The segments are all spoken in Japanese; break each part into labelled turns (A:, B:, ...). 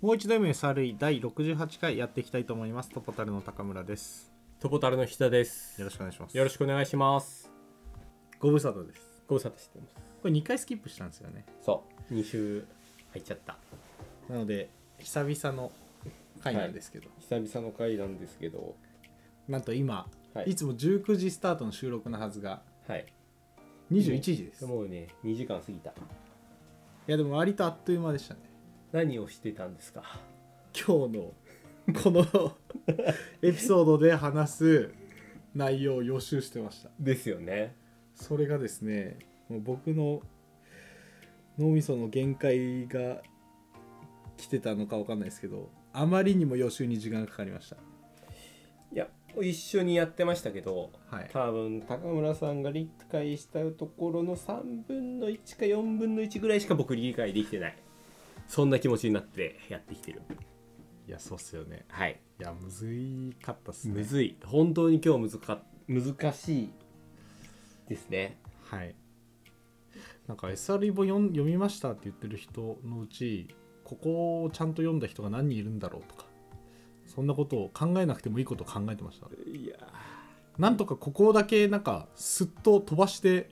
A: もう一度 MSRE 第68回やっていきたいと思いますトポタルの高村です
B: トポタルの日田です
A: よろ
B: よ
A: しくお願いします
B: ろしくお願いします
A: ご無沙汰です
B: ご無沙汰してま
A: これ2回スキップしたんですよね
B: すそう2週入っちゃった
A: なので久々の回なんですけど、
B: 久々の回なんですけど
A: なんと今、
B: はい
A: い、つも19時スタートの収録のはずが
B: はい
A: 21時です、い
B: もうね2時間過ぎた
A: やでも割とあっという間でしたね
B: 何をしてたんですか
A: 今日のこのエピソードで話す内容を予習してました
B: ですよね
A: それがですねもう僕の脳みその限界が来てたのかわかんないですけどあまりにも予習に時間がかかりました
B: いや一緒にやってましたけど
A: はい
B: 多分高村さんが理解したところの3分の1か4分の1ぐらいしか僕理解できてないそんな気持ちになってやってきてる
A: いやそうっすよね
B: はい
A: いやむずいかったっす
B: むずい本当に今日むずか難しいですね
A: はいなんか SRE 本読ん読みましたって言ってる人のうちここをちゃんと読んだ人が何人いるんだろうとかそんなことを考えなくてもいいことを考えてました
B: いや
A: なんとかここだけなんかすっと飛ばして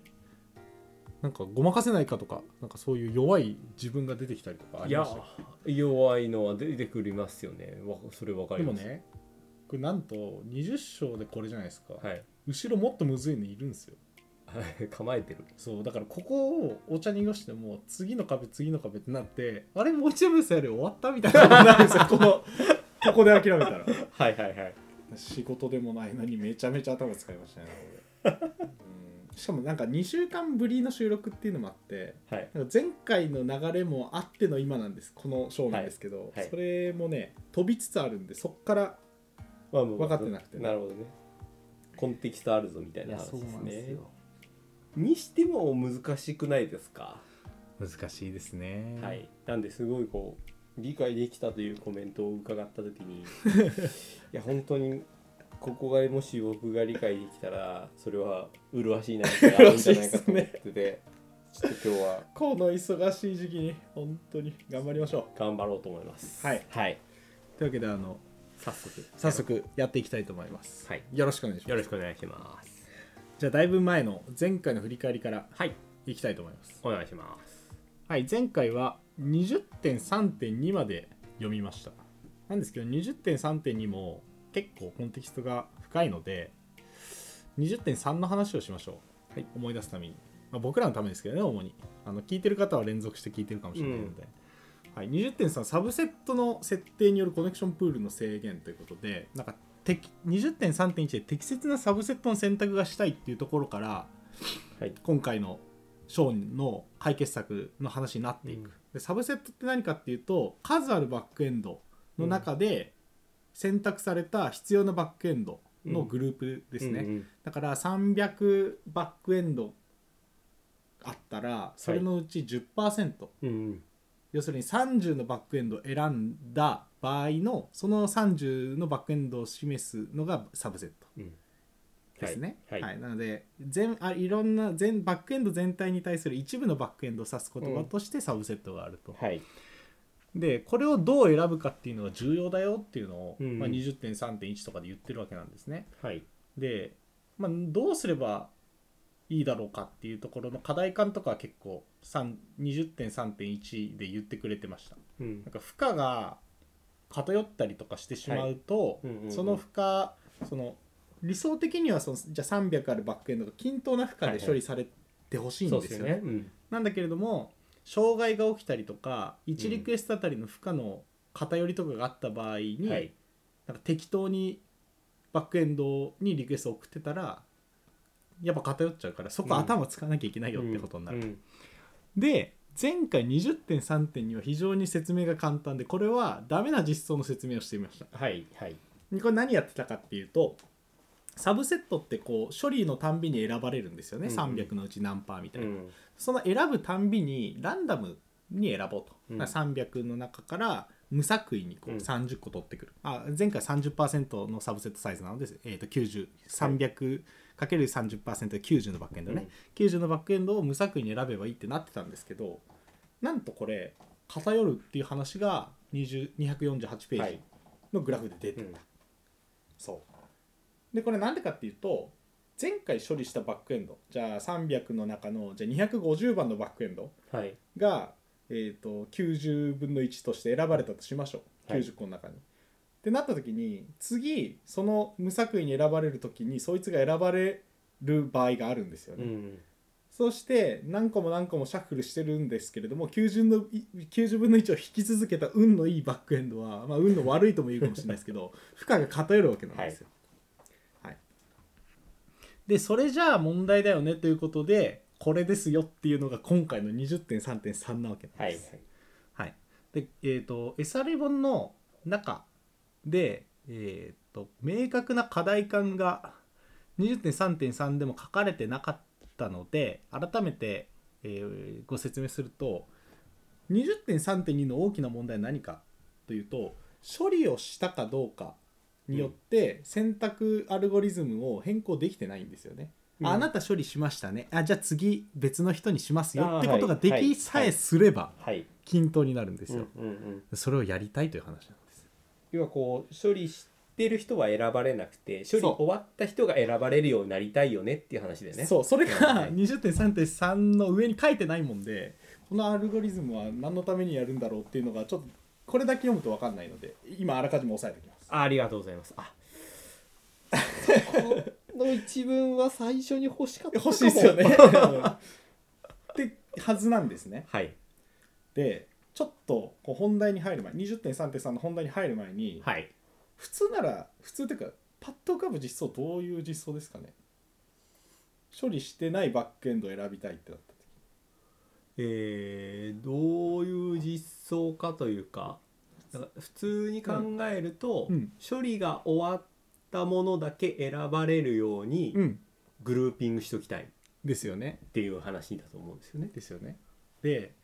A: なんかごまかせないかとかなんかそういう弱い自分が出てきたりとかあ
B: い
A: りま
B: や
A: した
B: 弱いのは出てくりますよねわそれわか
A: で
B: り
A: も
B: ます
A: ねこれなんと20章でこれじゃないですか、
B: はい
A: 後ろもっとむずいのいるんですよ
B: はい 構えてる
A: そうだからここをお茶に濁しても次の壁次の壁ってなってあれもう一部やり終わったみたいなことになるんですよ このここで諦めたら
B: はいはいはい
A: 仕事でもないのにめちゃめちゃ頭使いましたね 俺うんしかもなんか2週間ぶりの収録っていうのもあって
B: はい
A: なんか前回の流れもあっての今なんですこの章なんですけど、
B: はいはい
A: それもね飛びつつあるんでそっから
B: まあもう
A: 分かってなくてね
B: なるほどねコンテキストあるぞみたいな話ですね
A: よ
B: にしても難しくないですか、
A: 難しいですね
B: はいなんですごいこう理解できたというコメントを伺った時 にいや本当にここがもし僕が理解できたらそれは麗しい何かがあるんじゃないかと思って て、ちょっと今日は
A: この忙しい時期に本当に頑張りましょ
B: 頑張ろうと思います
A: はい、
B: はい、
A: うというわけであの
B: 早速
A: 早速やっていきたいと思います、
B: はい
A: よろしくお願いし
B: よ
A: ま
B: ろ
A: す
B: しくお願いします
A: じゃあだいぶ前の前回の振り返りから
B: はい
A: いきたいと思います
B: お願いします
A: はい前回は20.3.2まで読みましたなんですけど20.3.2も結構コンテキストが深いので20.3の話をしましょう、
B: はい
A: 思い出すために、まあ、僕らのためですけどね主にあの聞いてる方は連続して聞いてるかもしれないので、はい、20.3サブセットの設定によるコネクションプールの制限ということでなんか適20.3.1で適切なサブセットの選択がしたいっていうところから
B: はい
A: 今回の章の解決策の話になっていく、
B: うん
A: でサブセットって何かっていうと数あるバックエンドの中で選択された必要なバックエンドのグループですね、
B: うんうん
A: だから300バックエンドあったらそれのうち10%、
B: うん
A: 要するに30のバックエンドを選んだ場合のその30のバックエンドを示すのがサブセット
B: うん
A: ですね、
B: はい、はい
A: なので全あいろんな全バックエンド全体に対する一部のバックエンドを指す言葉としてサブセットがあると、
B: はい
A: でこれをどう選ぶかっていうのが重要だよっていうのを、
B: うん
A: まあ、20.3.1とかで言ってるわけなんですね
B: はい
A: で、まあ、どうすればいいだろうかっていうところの課題感とかは結構3 20.3.1で言ってくれてました
B: うん
A: なんか負荷が偏ったりとかしてしまうと、
B: はいうんうんうん
A: その負荷その理想的にはそのじゃあ300あるバックエンドが均等な負荷で処理されてほしいん
B: そう
A: で
B: ですす
A: よね,、
B: よね、うん、
A: なんだけれども障害が起きたりとか1リクエストあたりの負荷の偏りとかがあった場合に、
B: はい
A: なんか適当にバックエンドにリクエストを送ってたらやっぱ偏っちゃうからそこ頭使わなきゃいけないよってことになる
B: う。ん
A: で前回20.3.2は非常に説明が簡単でこれはダメな実装の説明をしてみました
B: はいはい
A: でこれ何やってたかっていうとサブセットってこう処理のたんびに選ばれるんですよね、
B: うんうん
A: 300のうち何パーみたいな、
B: ん
A: その選ぶたんびにランダムに選ぼうと、
B: うん
A: だから300の中から無作為にこう
B: うん
A: 30個取ってくる、あ前回30%のサブセットサイズなので、えー、と90 300×30% で90のバックエンドね、90のバックエンドを無作為に選べばいいってなってたんですけどなんとこれ偏るっていう話が20 248ペ
B: は
A: ージ
B: い
A: のグラフで出てた、
B: うん
A: そうでこれなんでかっていうと前回処理したバックエンドじゃあ300の中のじゃあ250番のバックエンド
B: はい
A: が、えー、と90分の1として選ばれたとしましょう
B: はい
A: 90個の中に。ってなった時に次その無作為に選ばれる時にそいつが選ばれる場合があるんですよ
B: う
A: ね。
B: ん
A: そして何個も何個もシャッフルしてるんですけれども90のい90分の1を引き続けた運のいいバックエンドは、まあ、運の悪いとも言うかもしれないですけど 負荷が偏るわけなんですよ。はいでそれじゃあ問題だよねということでこれですよっていうのが今回の20.3.3なわけなん
B: はいは
A: で
B: い
A: す。はい、で、えー、と SRE 本の中で、えー、と明確な課題感が20.3.3でも書かれてなかったので改めて、えーご説明すると20.3.2の大きな問題は何かというと処理をしたかどうかによって選択アルゴリズムを変更できてないんですよね。
B: うん
A: ああなた処理しましたねあじゃあ次別の人にしますよ
B: あー
A: ってことが
B: はい
A: で
B: はい
A: きさえすれば、
B: はい
A: 均等になるんです
B: うん
A: よ、
B: うんうん
A: それをやりたいという話なんです
B: 要はこう処理してる人は選ばれなくて処理
A: そう
B: 終わった人が選ばれるようになりたいよねっていう話だよね
A: そうそれ
B: はい
A: が
B: はい
A: 20.3.3の上に書いてないもんでこのアルゴリズムは何のためにやるんだろうっていうのがちょっとこれだけ読むと分かんないので今あらかじめ押さえておきます
B: あありがとうございますあそこの一文は最初に欲しかったかも
A: 欲しいですよね ってはずなんですね
B: はい
A: でちょっとこう本題に入る前20.3.3の本題に入る前に、
B: はい
A: 普通なら普通というかパッと浮かぶ実装どういう実装ですかね処理してないバックエンドを選びたいってなった時
B: えーどういう実装かというかだから普通に考えると、
A: うん
B: 処理が終わったものだけ選ばれるように
A: うん
B: グルーピングしときたいっ
A: ですよね
B: ていう話だと思うんですよね。
A: ですよねで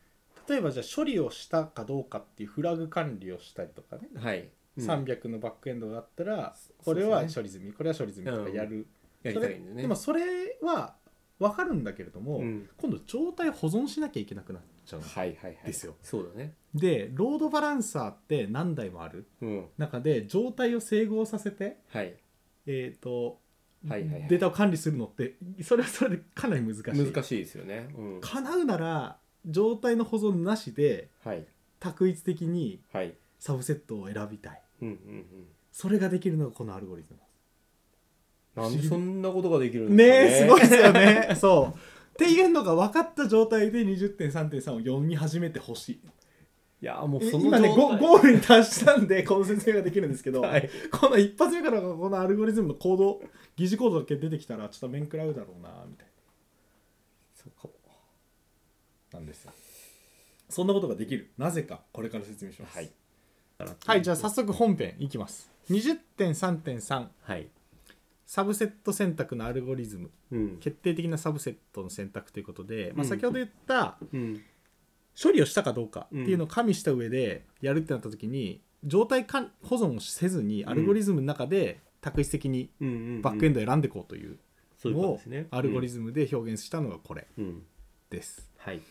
A: 例えばじゃあ処理をしたかどうかっていうフラグ管理をしたりとかね、
B: はい、うん
A: 300のバックエンドがあったら
B: そ
A: こ
B: うで
A: れ
B: すね
A: は処理済み、これは処理済みとかやる、
B: やり
A: そ
B: た
A: れ
B: いんだよね。
A: でもそれは分かるんだけれども、
B: うん
A: 今度状態保存しなきゃいけなくなっちゃうの
B: はいはいはい。
A: ですよ
B: そうだね。
A: でロードバランサーって何台もある
B: うん。
A: 中で状態を整合させて
B: はい。
A: えっ、と、
B: はいはいはい
A: データを管理するのってそれはそれでかなり難しい
B: 難しいですよね。うん。
A: 叶うなら状態の保存なしで
B: はい。
A: 択一的に
B: はい。
A: サブセットを選びたい
B: うんうん
A: それができるのがこのアルゴリズム
B: うん。なんでそんなことができるん
A: ね
B: で
A: え
B: す
A: す
B: か
A: ご
B: ね。
A: いですよね そうっていうのが分かった状態で20.3.3を読み始めてほしい
B: いやもう
A: え
B: その
A: 今ね
B: 状
A: ゴ
B: 態
A: ゴールに達したんでこの説明ができるんですけど、
B: はい
A: この一発目からこのアルゴリズムのコード疑似コードだけ出てきたらちょっと面食らうだろうなみたい
B: そうかも
A: ななんですよそんなことができるなぜかこれから説明します
B: はい。
A: はいじゃあ早速本編いきます20.3.3
B: はい。
A: サブセット選択のアルゴリズム
B: うん。
A: 決定的なサブセットの選択ということで、まあ、
B: うん
A: 先ほど言った
B: うん。
A: 処理をしたかどうかっていうのを加味した上でやるってなった時に状態管保存をせずにアルゴリズムの中で択一的に
B: うんうんうん。
A: バックエンドを選んでいこうという
B: そういうこ
A: の
B: と
A: を
B: ですね。
A: アルゴリズムで表現したのがこれ
B: ム。うん。
A: です。
B: はい。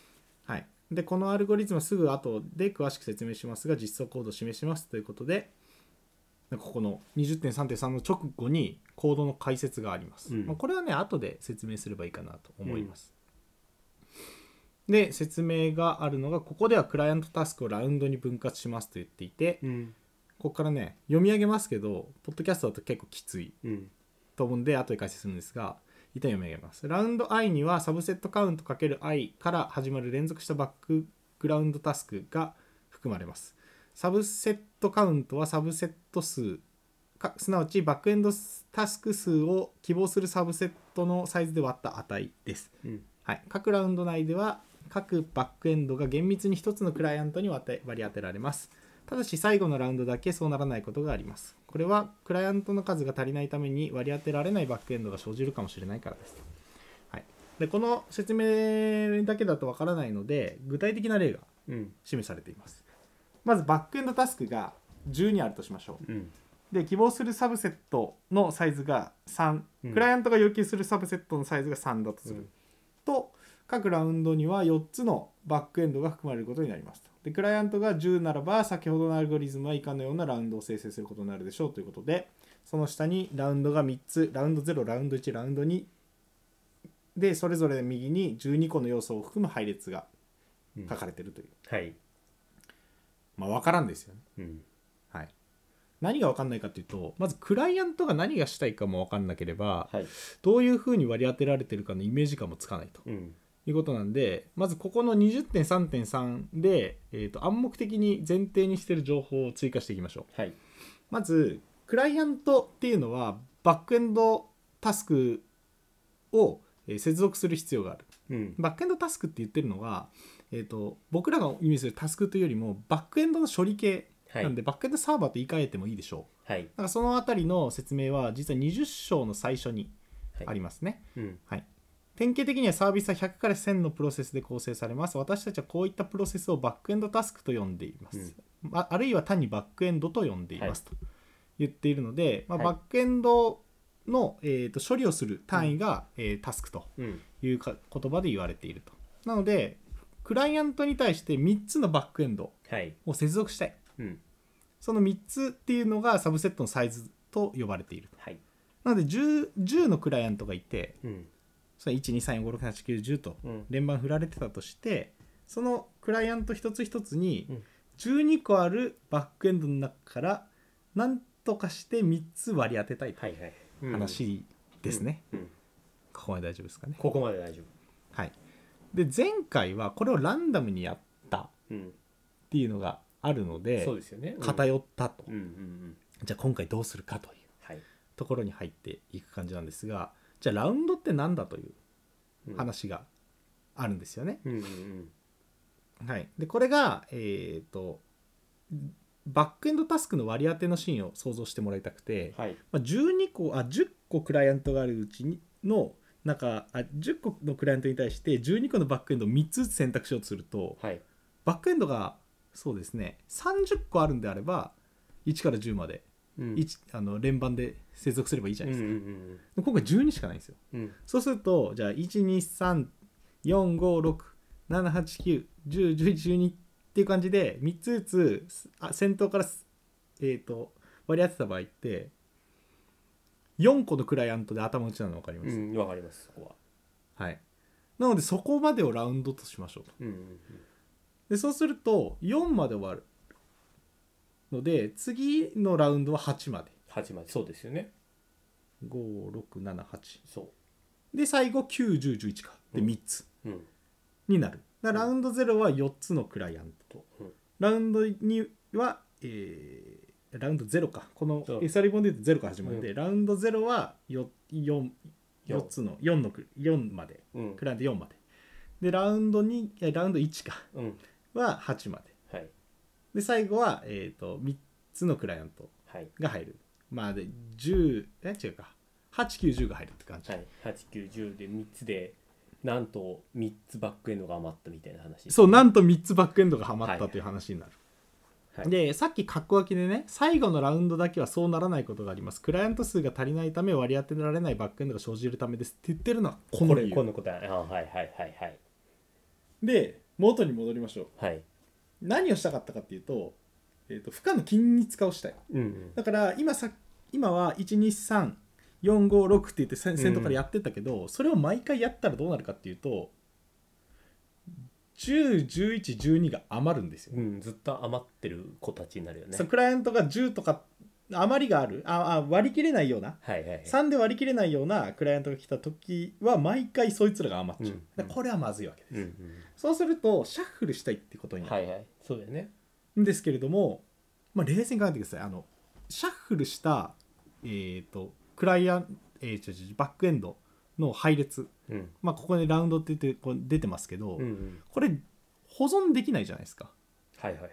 A: はい、でこのアルゴリズムはすぐ後で詳しく説明しますが実装コードを示しますということでここの20.3.3の直後にコードの解説があります、
B: うん
A: まあ、これはね後で説明すればいいかなと思います、で説明があるのがここではクライアントタスクをラウンドに分割しますと言っていて
B: うん。
A: ここからね読み上げますけどポッドキャストだと結構きつい
B: うん。
A: と思うんで後で解説するんですが一旦読み上げますラウンド i にはサブセットカウント ×i から始まる連続したバックグラウンドタスクが含まれますサブセットカウントはサブセット数かすなわちバックエンドタスク数を希望するサブセットのサイズで割った値です
B: うん。
A: はい、各ラウンド内では各バックエンドが厳密に1つのクライアントに割り当てられますただし最後のラウンドだけそうならないことがありますこれはクライアントの数が足りないために割り当てられないバックエンドが生じるかもしれないからです、はい、でこの説明だけだとわからないので具体的な例が
B: うん。
A: 示されていますまずバックエンドタスクが12あるとしましょう
B: うん。
A: で希望するサブセットのサイズが3、
B: うん
A: クライアントが要求するサブセットのサイズが3だとする、
B: うん
A: と各ラウンドには4つのバックエンドが含まれることになりますとでクライアントが10ならば先ほどのアルゴリズムは以下のようなラウンドを生成することになるでしょうということでその下にラウンドが3つラウンド0ラウンド1ラウンド2でそれぞれ右に12個の要素を含む配列が書かれてるという、
B: はい、
A: まあ分からんですよね
B: うん、
A: はい何が分かんないかというとまずクライアントが何がしたいかも分かんなければ
B: はい、
A: どういうふうに割り当てられてるかのイメージ感もつかないと
B: うん、
A: いうことなんでまずここの20.3.3で、えー、と暗黙的に前提にしてる情報を追加していきましょう
B: はい、
A: まずクライアントっていうのはバックエンドタスクをえー接続する必要がある
B: うん、
A: バックエンドタスクって言ってるのは、えー、と僕らが意味するタスクというよりもバックエンドの処理系
B: はい
A: なんで、バックエンドサーバーと言い換えてもいいでしょう
B: はい、
A: だからそのあたりの説明は実は20章の最初に
B: はい、
A: ありますね、
B: うん、
A: はい、典型的にはサービスは100から1000のプロセスで構成されます私たちはこういったプロセスをバックエンドタスクと呼んでいます、ああるいは単にバックエンドと呼んでいますと言っているので、まあ、
B: はい
A: バックエンドの、えー、と処理をする単位が、えータスクと
B: うん、
A: いうか言葉で言われているとなのでクライアントに対して3つのバックエンド
B: はい、
A: を接続したい
B: うん、
A: その3つっていうのがサブセットのサイズと呼ばれている
B: はい、
A: なので 10, 10のクライアントがいて、
B: うん、
A: それ12345678910と
B: うん
A: 連番振られてたとして、そのクライアント一つ一つに
B: うん
A: 12個あるバックエンドの中から何とかして3つ割り当てたい
B: はい、はい、
A: 話ですね、
B: うん。うん、
A: ここまで大丈夫ですかね
B: ここまで大丈
A: はいで前回はこれをランダムにやったっ
B: 夫。うん、
A: ていうのがあるので
B: そうですよね。うん
A: 偏ったと、
B: うん、うん、うん、
A: じゃあ今回どうするかという
B: はい、
A: ところに入っていく感じなんですがじゃあラウンドってなんだという
B: うん。
A: 話があるんですよね、
B: うん、うん、うん、
A: はい、でこれが、えー、とバックエンドタスクの割り当てのシーンを想像してもらいたくて、
B: はい、
A: まあ、12個あ10個クライアントがあるうちにのなんかあ10個のクライアントに対して12個のバックエンドを3つずつ選択しようとすると
B: はい、
A: バックエンドがそうですね30個あるんであれば1から10まで、
B: うん
A: 一あの連番で接続すればいいじゃ
B: うん、
A: な
B: う
A: いですか、
B: ん、
A: で今回12しかないんですよ
B: うん、うん、
A: そうするとじゃあ123456789101112っていう感じで3つずつすあ先頭からす、えー、と割り当てた場合って4個のクライアントで頭打ちなの分かりま
B: う
A: す、
B: ん、わかります。そこは。
A: はい、なのでそこまでをラウンドとしましょうと
B: うん、うん、
A: でそうすると4まで終わるので次のラウンドは8まで
B: 八まで。そうですよね。
A: 5678
B: そ
A: で最後9011かで
B: うん
A: 3つ
B: う。うん、
A: になるだからラウンド0は4つのクライアント
B: と、うん、
A: ラウンドには、えーラウンド0かこの
B: そう
A: SR 本で言うと0から始まるんで、ラウンド0は 4, 4,
B: 四
A: つの4のク4まで
B: うん
A: ク、ライアント4まででラウンド2えラウンド1か
B: うん、
A: は8まで
B: はい、
A: で最後は、えー、と3つのクライアント
B: はい、
A: が入るまあで10え違うか890が入るって感じ、
B: はい、八九十で三つで。なんと三つバックエンドが余ったみたいな話。
A: そうなんと3つバックエンドがはまった
B: はい
A: という話になる、
B: はい
A: でさっき括弧空きでね最後のラウンドだけはそうならないことがありますクライアント数が足りないため割り当てられないバックエンドが生じるためですって言ってるのはこの
B: こ
A: 理
B: れ、こ
A: 由
B: の答え。あ、はい、はい、はい、はい。
A: で元に戻りましょう
B: はい。
A: 何をしたかったかっていうと,、えー、と負荷の均一化をしたい
B: うん、
A: だから今さ今は123456って言って先先頭からやってたけど、それを毎回やったらどうなるかっていうと101112が余るんですよ
B: うん、ずっと余ってる子たちになるよね
A: そう。クライアントが10とか余りがあるああ割り切れないような
B: はい、はい。
A: 3で割り切れないようなクライアントが来た時は毎回そいつらが余っちゃう、
B: うん
A: でこれはまずいわけです、
B: うん、うん。
A: そうするとシャッフルしたいってことにな
B: は
A: る
B: いはいそうだよね
A: んですけれども、まあ、冷静に考えてくださいあのシャッフルした、えー、とクライアント、えーちょちょちょバックエンドの配列、
B: うん
A: まあ、ここでラウンドって出てこう出てますけど、
B: うんうん
A: これ保存できないじゃないですか
B: はいはいはい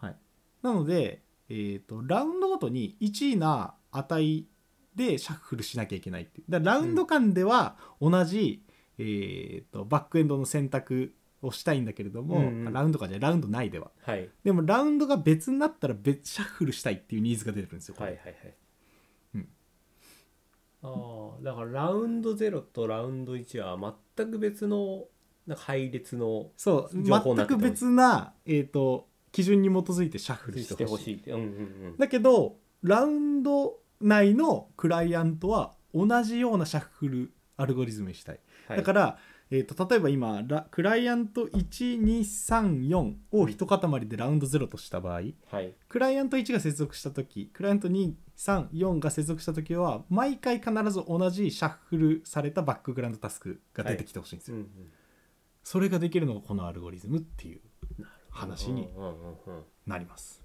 A: はい、なので、えー、とラウンドごとに1位な値でシャッフルしなきゃいけないっていうだからラウンド間では同じ、えー、とバックエンドの選択をしたいんだけれども、
B: うんうん
A: ラウンド間じゃないラウンド内では
B: はい
A: でもラウンドが別になったら別シャッフルしたいっていうニーズが出てくるんですよ、こ
B: はい
A: れ
B: はいはい
A: うん
B: ああだからラウンド0とラウンド1は全く別のなんか配列の
A: そう
B: 情報にな
A: 全
B: って
A: く
B: た
A: 別な、えー、と基準に基づいてシャッフルし
B: してて
A: ほ
B: ほ
A: しい
B: しいってうんうん
A: だけどラウンド内のクライアントは同じようなシャッフルアルゴリズムにしたい、
B: うん
A: だからら、えー、と例えば今ラクライアント1234を一塊でラウンド0とした場合
B: はい
A: クライアント1が接続した時クライアント234が接続した時は毎回必ず同じシャッフルされたバックグラウンドタスクが出てきてほしいんです
B: う
A: よ、
B: んうん
A: それができるのがこのアルゴリズムっていう話に
B: うんうんうん
A: なります。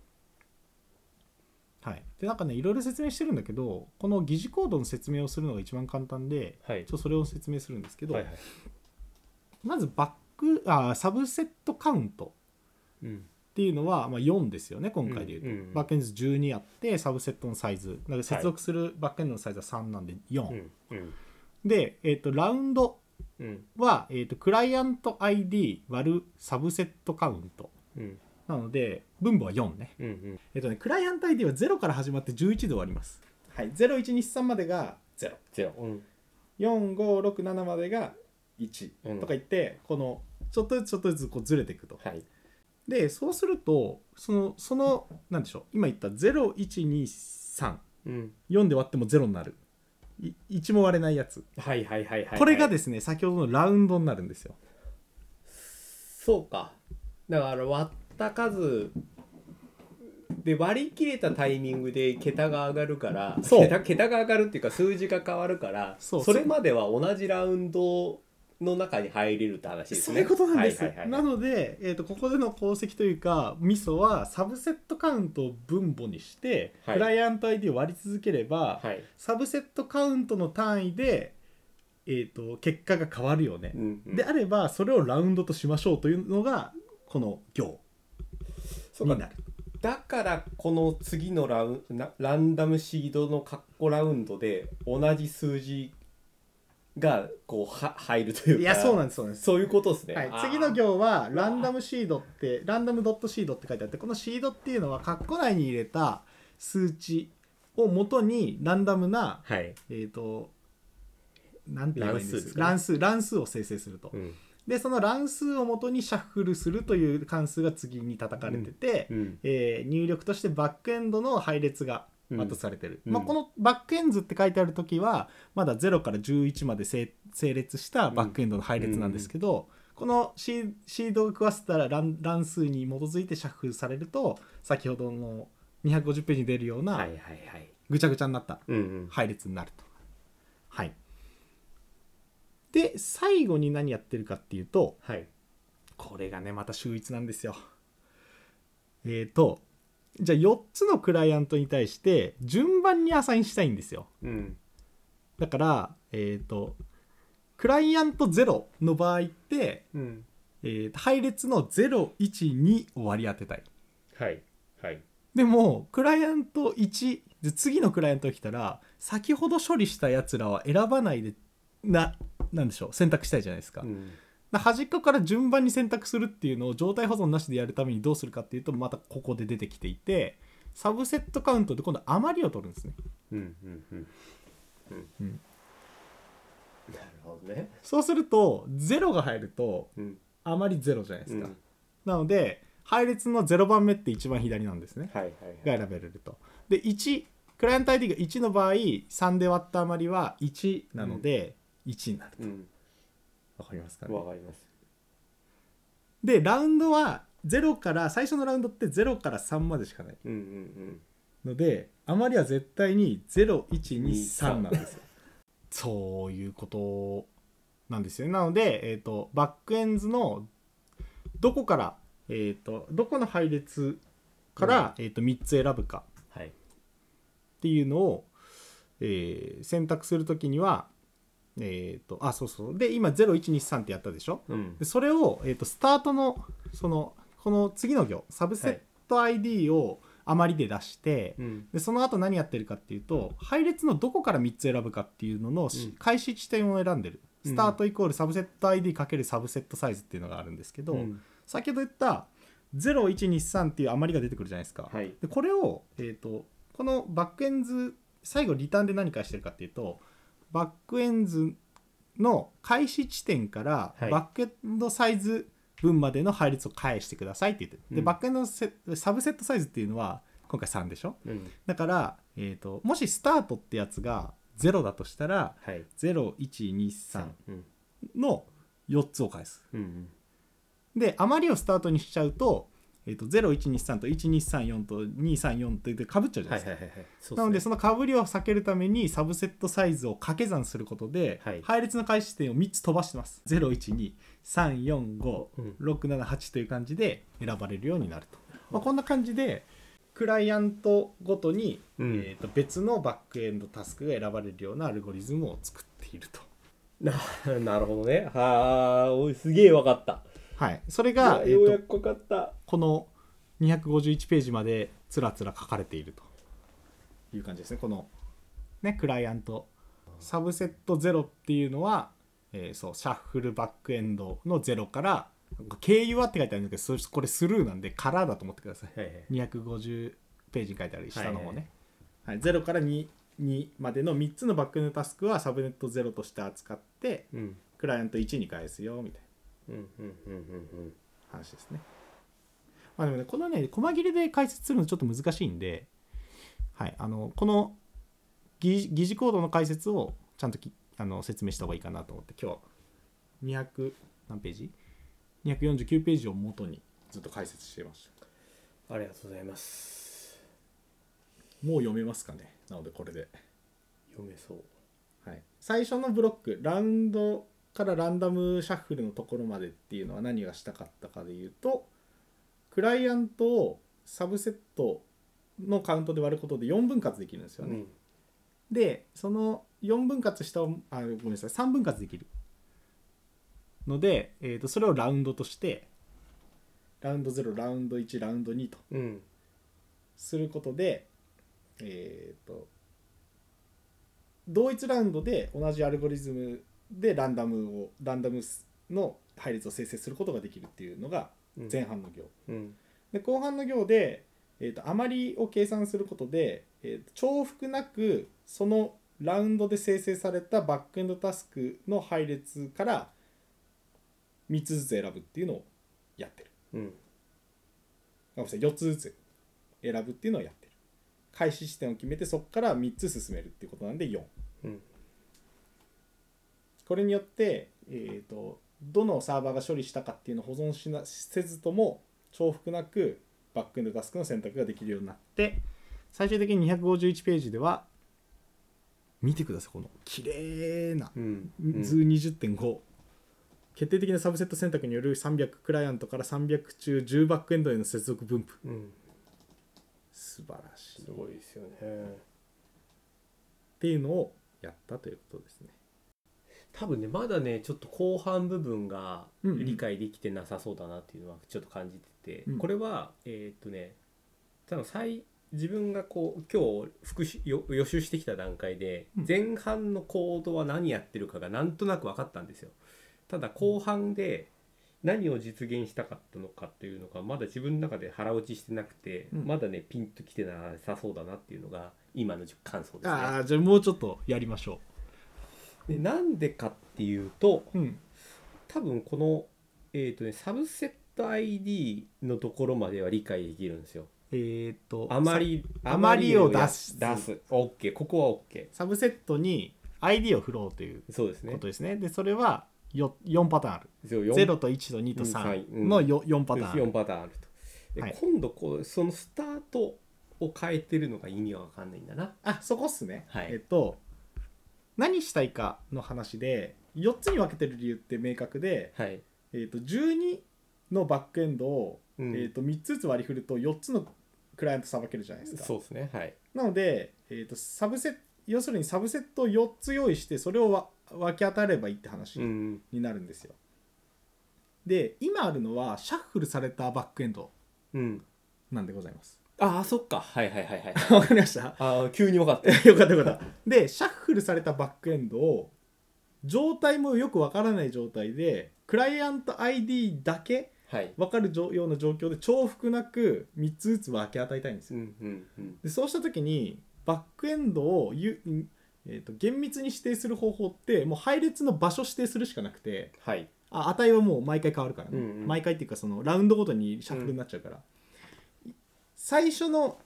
A: はい、でなんかねいろいろ説明してるんだけどこの疑似コードの説明をするのが一番簡単で
B: はい
A: ちょっとそれを説明するんですけど、
B: はいはい
A: まずバックあーサブセットカウント
B: うん
A: っていうのは、まあ、4ですよね今回でいうと、
B: うんうんうん
A: バックエンド12あってサブセットのサイズなので接続するバックエンドのサイズは3なんで4、
B: うんうん
A: で、えー、とラウンド
B: うん
A: は、えー、とクライアント ID 割るサブセットカウント
B: うん
A: なので分母は4ね
B: うんうん
A: えっとね、クライアント ID は0から始まって11で終わります。はい、0123までが
B: ゼロうん
A: 0467までが1
B: うん
A: とか言って、このちょっとずつちょっとずつこうずれていくと。
B: はい
A: でそうするとそのそのなんでしょう今言った01234
B: うん
A: で割っても0になるい1も割れないやつ、
B: はいはいはいはいはい
A: これがですね先ほどのラウンドになるんですよ。
B: そうかだから割った数で割り切れたタイミングで桁が上がるから
A: そう
B: 桁桁が上がるっていうか数字が変わるから
A: そう
B: れまでは同じラウンドの中に入れるって話です
A: そう
B: ね。
A: いうことなんです。
B: はいはいはい
A: なので、えー、とここでの功績というかミソはサブセットカウントを分母にして、
B: はい
A: クライアント ID を割り続ければ、
B: はい
A: サブセットカウントの単位で、えー、と結果が変わるよね
B: う、んうん
A: であればそれをラウンドとしましょうというのがこの行
B: そう
A: に
B: か
A: なる
B: だからこの次のラウンなランダムシードのカッコラウンドで同じ数字がこうは入るというか
A: いやそうなんですそうなんです、
B: そういうことですね。
A: はい
B: あー、
A: 次の行はランダムシードってランダムドットシードって書いてあってこのシードっていうのは括弧内に入れた数値を元にランダムな
B: はい、
A: えー、と、なんて言えばいいんです
B: 乱
A: 乱数乱数を生成すると。
B: うん
A: で、その乱数をもとにシャッフルするという関数が次に叩かれてて、
B: うん
A: えー入力としてバックエンドの配列が
B: うん
A: 渡されてる。
B: うん
A: まあ、このバックエンズって書いてある時は、まだ0から11まで整整列したバックエンドの配列なんですけど、このシーシードを食わせたら乱乱数に基づいてシャッフルされると先ほどの250ページに出るよう
B: は
A: ない
B: はいはい。
A: ぐちゃぐちゃになった
B: うんうん。
A: 配列になると。はい、で最後に何やってるかっていうと
B: はい。
A: これがねまた秀逸なんですよ。えっ、とじゃあ4つのクライアントに対して順番にアサインしたいんですよ。
B: うん。
A: だから、えっとクライアント0の場合って、
B: うん。
A: えーと配列の012を割り当てたい。
B: はい。はい。
A: でもクライアント1で次のクライアントが来たら先ほど処理したやつらは選ばないでななんでしょう選択したいじゃないですか,、
B: うん。
A: 端っこから順番に選択するっていうのを状態保存なしでやるためにどうするかっていうとまたここで出てきていてサブセットカウントで今度余りを取るんですね
B: うん。うん。うん。
A: うん
B: なるほどね。
A: そうすると0が入ると
B: うん。
A: 余り0じゃないです
B: うん
A: か、なので配列の0番目って一番左なんですね
B: はい。はい。
A: が選べると。で1クライアント ID が1の場合3で割った余りは1なので1になる。
B: うん。
A: わ、かりますかね
B: わかります。
A: でラウンドは0から最初のラウンドって0から3までしかない
B: うん。うん。
A: ので余りは絶対に0123なんですよ。そういうことなんですよね。なので、えー、とバックエンズのどこから、えー、とどこの配列から、えー、と3つ選ぶか
B: うん。はい。
A: っていうのを、えー選択するときにはえっ、とあそうそうで今0123ってやったでしょ
B: うん
A: で。それを、えー、とスタートのそのこの次の行サブセット ID を余りで出して、
B: うん。
A: でその後何やってるかっていうと配列のどこから3つ選ぶかっていうののし、
B: うん
A: 開始地点を選んでる
B: うん
A: スタートイコールサブセット ID× かけるサブセットサイズっていうのがあるんですけど、
B: うん
A: 先ほど言った0123っていう余りが出てくるじゃないですか、
B: はい。
A: でこれを、えー、とこのバックエンズ最後リターンで何かしてるかっていうとバックエンズの開始地点から
B: はい
A: バックエンドサイズ分までの配列を返してくださいって言ってで、
B: うん
A: バックエンドのセサブセットサイズっていうのは今回3でしょ
B: うん
A: だから、えー、ともしスタートってやつが0だとしたら
B: はい
A: 0123
B: うん
A: の4つを返す
B: うん
A: で余りをスタートにしちゃうと,、えー、と0123と1234と234ってかぶっちゃうじゃな
B: はい
A: で
B: い
A: す
B: は
A: か、
B: いはいはいそうっすね
A: なのでそのかぶりを避けるためにサブセットサイズを掛け算することで、
B: はい
A: 配列の開始点を3つ飛ばしてます012345
B: うん
A: 678という感じで選ばれるようになると、まあ、こんな感じでクライアントごとに、
B: うん
A: えーと別のバックエンドタスクが選ばれるようなアルゴリズムを作っていると、
B: な なるほどねはあおいすげえわかった
A: はい、それが、
B: い
A: え
B: やようや
A: ー、と
B: くわかった
A: この251ページまでつらつら書かれているという感じですねこのねクライアントサブセット0っていうのは、えーそうシャッフルバックエンドの0から経由はって書いてあるんですけどそこれスルーなんでからだと思ってください
B: はいはい
A: 250ページに書いてある下の方
B: はいはい
A: ね、はい0から 2, 2までの3つのバックエンドタスクはサブネット0として扱って
B: うん
A: クライアント1に返すよみたいな
B: うんうんうんうん
A: 話ですね。まあでもね、このね、細切れで解説するのちょっと難しいんで、はい、あの、この疑疑似コードの解説をちゃんときあの説明した方がいいかなと思って、今日、200、何ページ ?249 ページを元にずっと解説していました。
B: ありがとうございます
A: もう読めますかねなので、これで。
B: 読めそう
A: はい、最初のブロックラウンドからランダムシャッフルのところまでっていうのは何がしたかったかで言うとクライアントをサブセットのカウントで割ることで4分割できるんですよね、
B: ん
A: でその4分割したおあごめんなさい3分割できるので、えー、とそれをラウンドとしてラウンド0ラウンド1ラウンド2と
B: うん
A: することでえーと同一ラウンドで同じアルゴリズムでランダムをランダムの配列を生成することができるっていうのが
B: うん
A: 前半の行、
B: うん
A: で後半の行で、えー、と余りを計算することで、えーと重複なくそのラウンドで生成されたバックエンドタスクの配列から3つずつ選ぶっていうのをやってる
B: うん
A: あごめんなさい4つずつ選ぶっていうのをやってる開始地点を決めてそこから3つ進めるっていうことなんで4
B: うん
A: これによって、えー、とどのサーバーが処理したかっていうのを保存しなせずとも重複なくバックエンドタスクの選択ができるようになって最終的に251ページでは見てくださいこの綺麗な
B: うん
A: 図20.5決定的なサブセット選択による300クライアントから300中10バックエンドへの接続分布
B: うん
A: 素晴らしい
B: すごいですよね
A: っていうのをやったということですね。
B: 多分ねまだねちょっと後半部分が
A: うんうん
B: 理解できてなさそうだなっていうのはちょっと感じてて、
A: うん
B: これはえーっとね多分最自分がこう今日復習よ予習してきた段階で
A: うん
B: 前半の行動は何やってるかがなんとなく分かったんですよ。ただ後半で何を実現したかったのかというのがまだ自分の中で腹落ちしてなくて、
A: うん
B: まだねピンときてなさそうだなっていうのが今の感想ですね。
A: ああじゃあもうちょっとやりましょ
B: でなんでかっていうと、
A: う。うん。
B: 多分この、えーとね、サブセット ID のところまでは理解できるんですよ。
A: えーっと
B: あまり
A: あまりを出す
B: 出す。OK。ここは OK。
A: ササブセットに ID を振ろうという
B: そうです
A: こ
B: ね。
A: とですね。でそれは 4, 4パターンある。
B: そう四
A: 0と1と2と3の 4, 4パターンある。
B: 4パターンあると。で
A: はい
B: 今度こうそのスタートを変えてるのが意味がわかんないんだな。
A: あそこっすね。
B: はい
A: えっと何したいかの話で4つに分けてる理由って明確で、
B: はい。
A: えー、と12のバックエンドを、
B: うん
A: えー、と3つずつ割り振ると4つのクライアントさばけるじゃないですか。
B: そうですね。はい。
A: なので、えー、とサブセット要するにサブセットを4つ用意してそれをわ分け当たればいいって話
B: うん。
A: になるんですよ。で今あるのはシャッフルされたバックエンド
B: うん。
A: なんでございます。
B: ああ、そっか。はいはいはいはい。
A: わかりました
B: ああ、急に分かった。
A: よかったよかった。でシャッフルされたバックエンドを状態もよくわからない状態でクライアント ID だけ
B: はい。
A: 分かる状ような状況で重複なく3つずつ分け与えたいんですよ
B: うんうんうん。
A: でそうした時にバックエンドをゆ、んえー、と厳密に指定する方法ってもう配列の場所指定するしかなくて
B: はい。
A: あ値はもう毎回変わるからね、
B: うんうん
A: 毎回っていうかそのラウンドごとにシャッフルになっちゃうから、最初の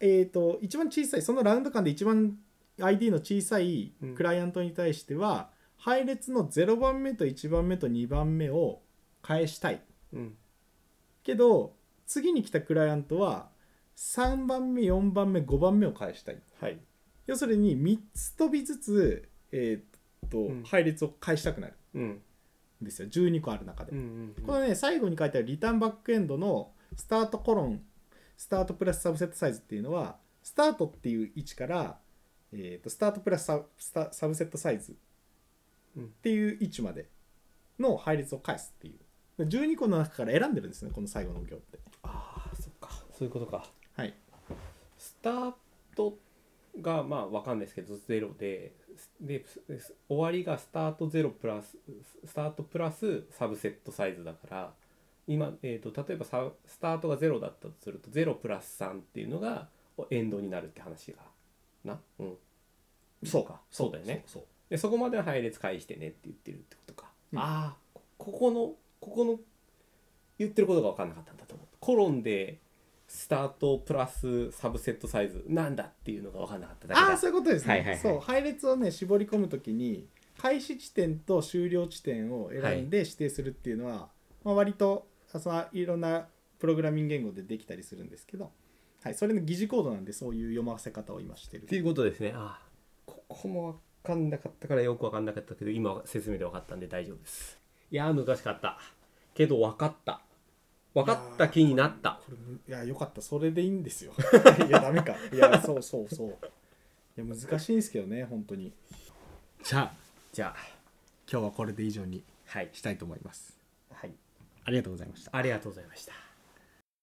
A: えっ、と一番小さいそのラウンド間で一番 ID の小さいクライアントに対しては、配列の0番目と1番目と2番目を返したい
B: うん
A: けど次に来たクライアントは3番目4番目5番目を返したい
B: はい
A: 要するに3つ飛びずつ、えーっと
B: うん
A: 配列を返したくなる
B: うん
A: んですよ12個ある中で、
B: うんうんうん
A: このね最後に書いてあるリターンバックエンドのスタートコロンスタートプラスサブセットサイズっていうのはスタートっていう位置から、えーっとスタートプラスサブスタサブセットサイズ
B: うん
A: っていう位置までの配列を返すっていうで12個の中から選んでるんですねこの最後の行って
B: ああそっかそういうことか
A: はい
B: スタートがまあわかんないですけどゼロでですです終わりがスタートゼロプラススタートプラスサブセットサイズだから今、えー、と例えばサスタートがゼロだったとするとゼロプラス3っていうのがエンドになるって話がなうん
A: そう
B: かそうだよね
A: そう
B: でそこまでの配列返してねって言ってるってことか、
A: うん
B: ああこここのここの言ってることが分かんなかったんだと思うコロンでスタートプラスサブセットサイズなんだっていうのが分かんなかっただけだ
A: ああーそういうことですね、
B: はいはいはい
A: そう配列をね絞り込むときに開始地点と終了地点を選んで指定するっていうのは、まあ、割とあそのいろんなプログラミング言語でできたりするんですけど、はい、それの疑似コードなんでそういう読ませ方を今してる
B: っていうことですねああここも分かんなかったからよく分かんなかったけど今は説明で分かったんで大丈夫ですいやー難しかったけど分かった分かった気になった
A: これむいやよかったそれでいいん ですよいやダメかいやそうそうそういや難しいんですけどね本当にじゃあ
B: じゃあ
A: 今日はこれで以上に
B: はい
A: したいと思います
B: はい
A: ありがとうございました
B: ありがとうございました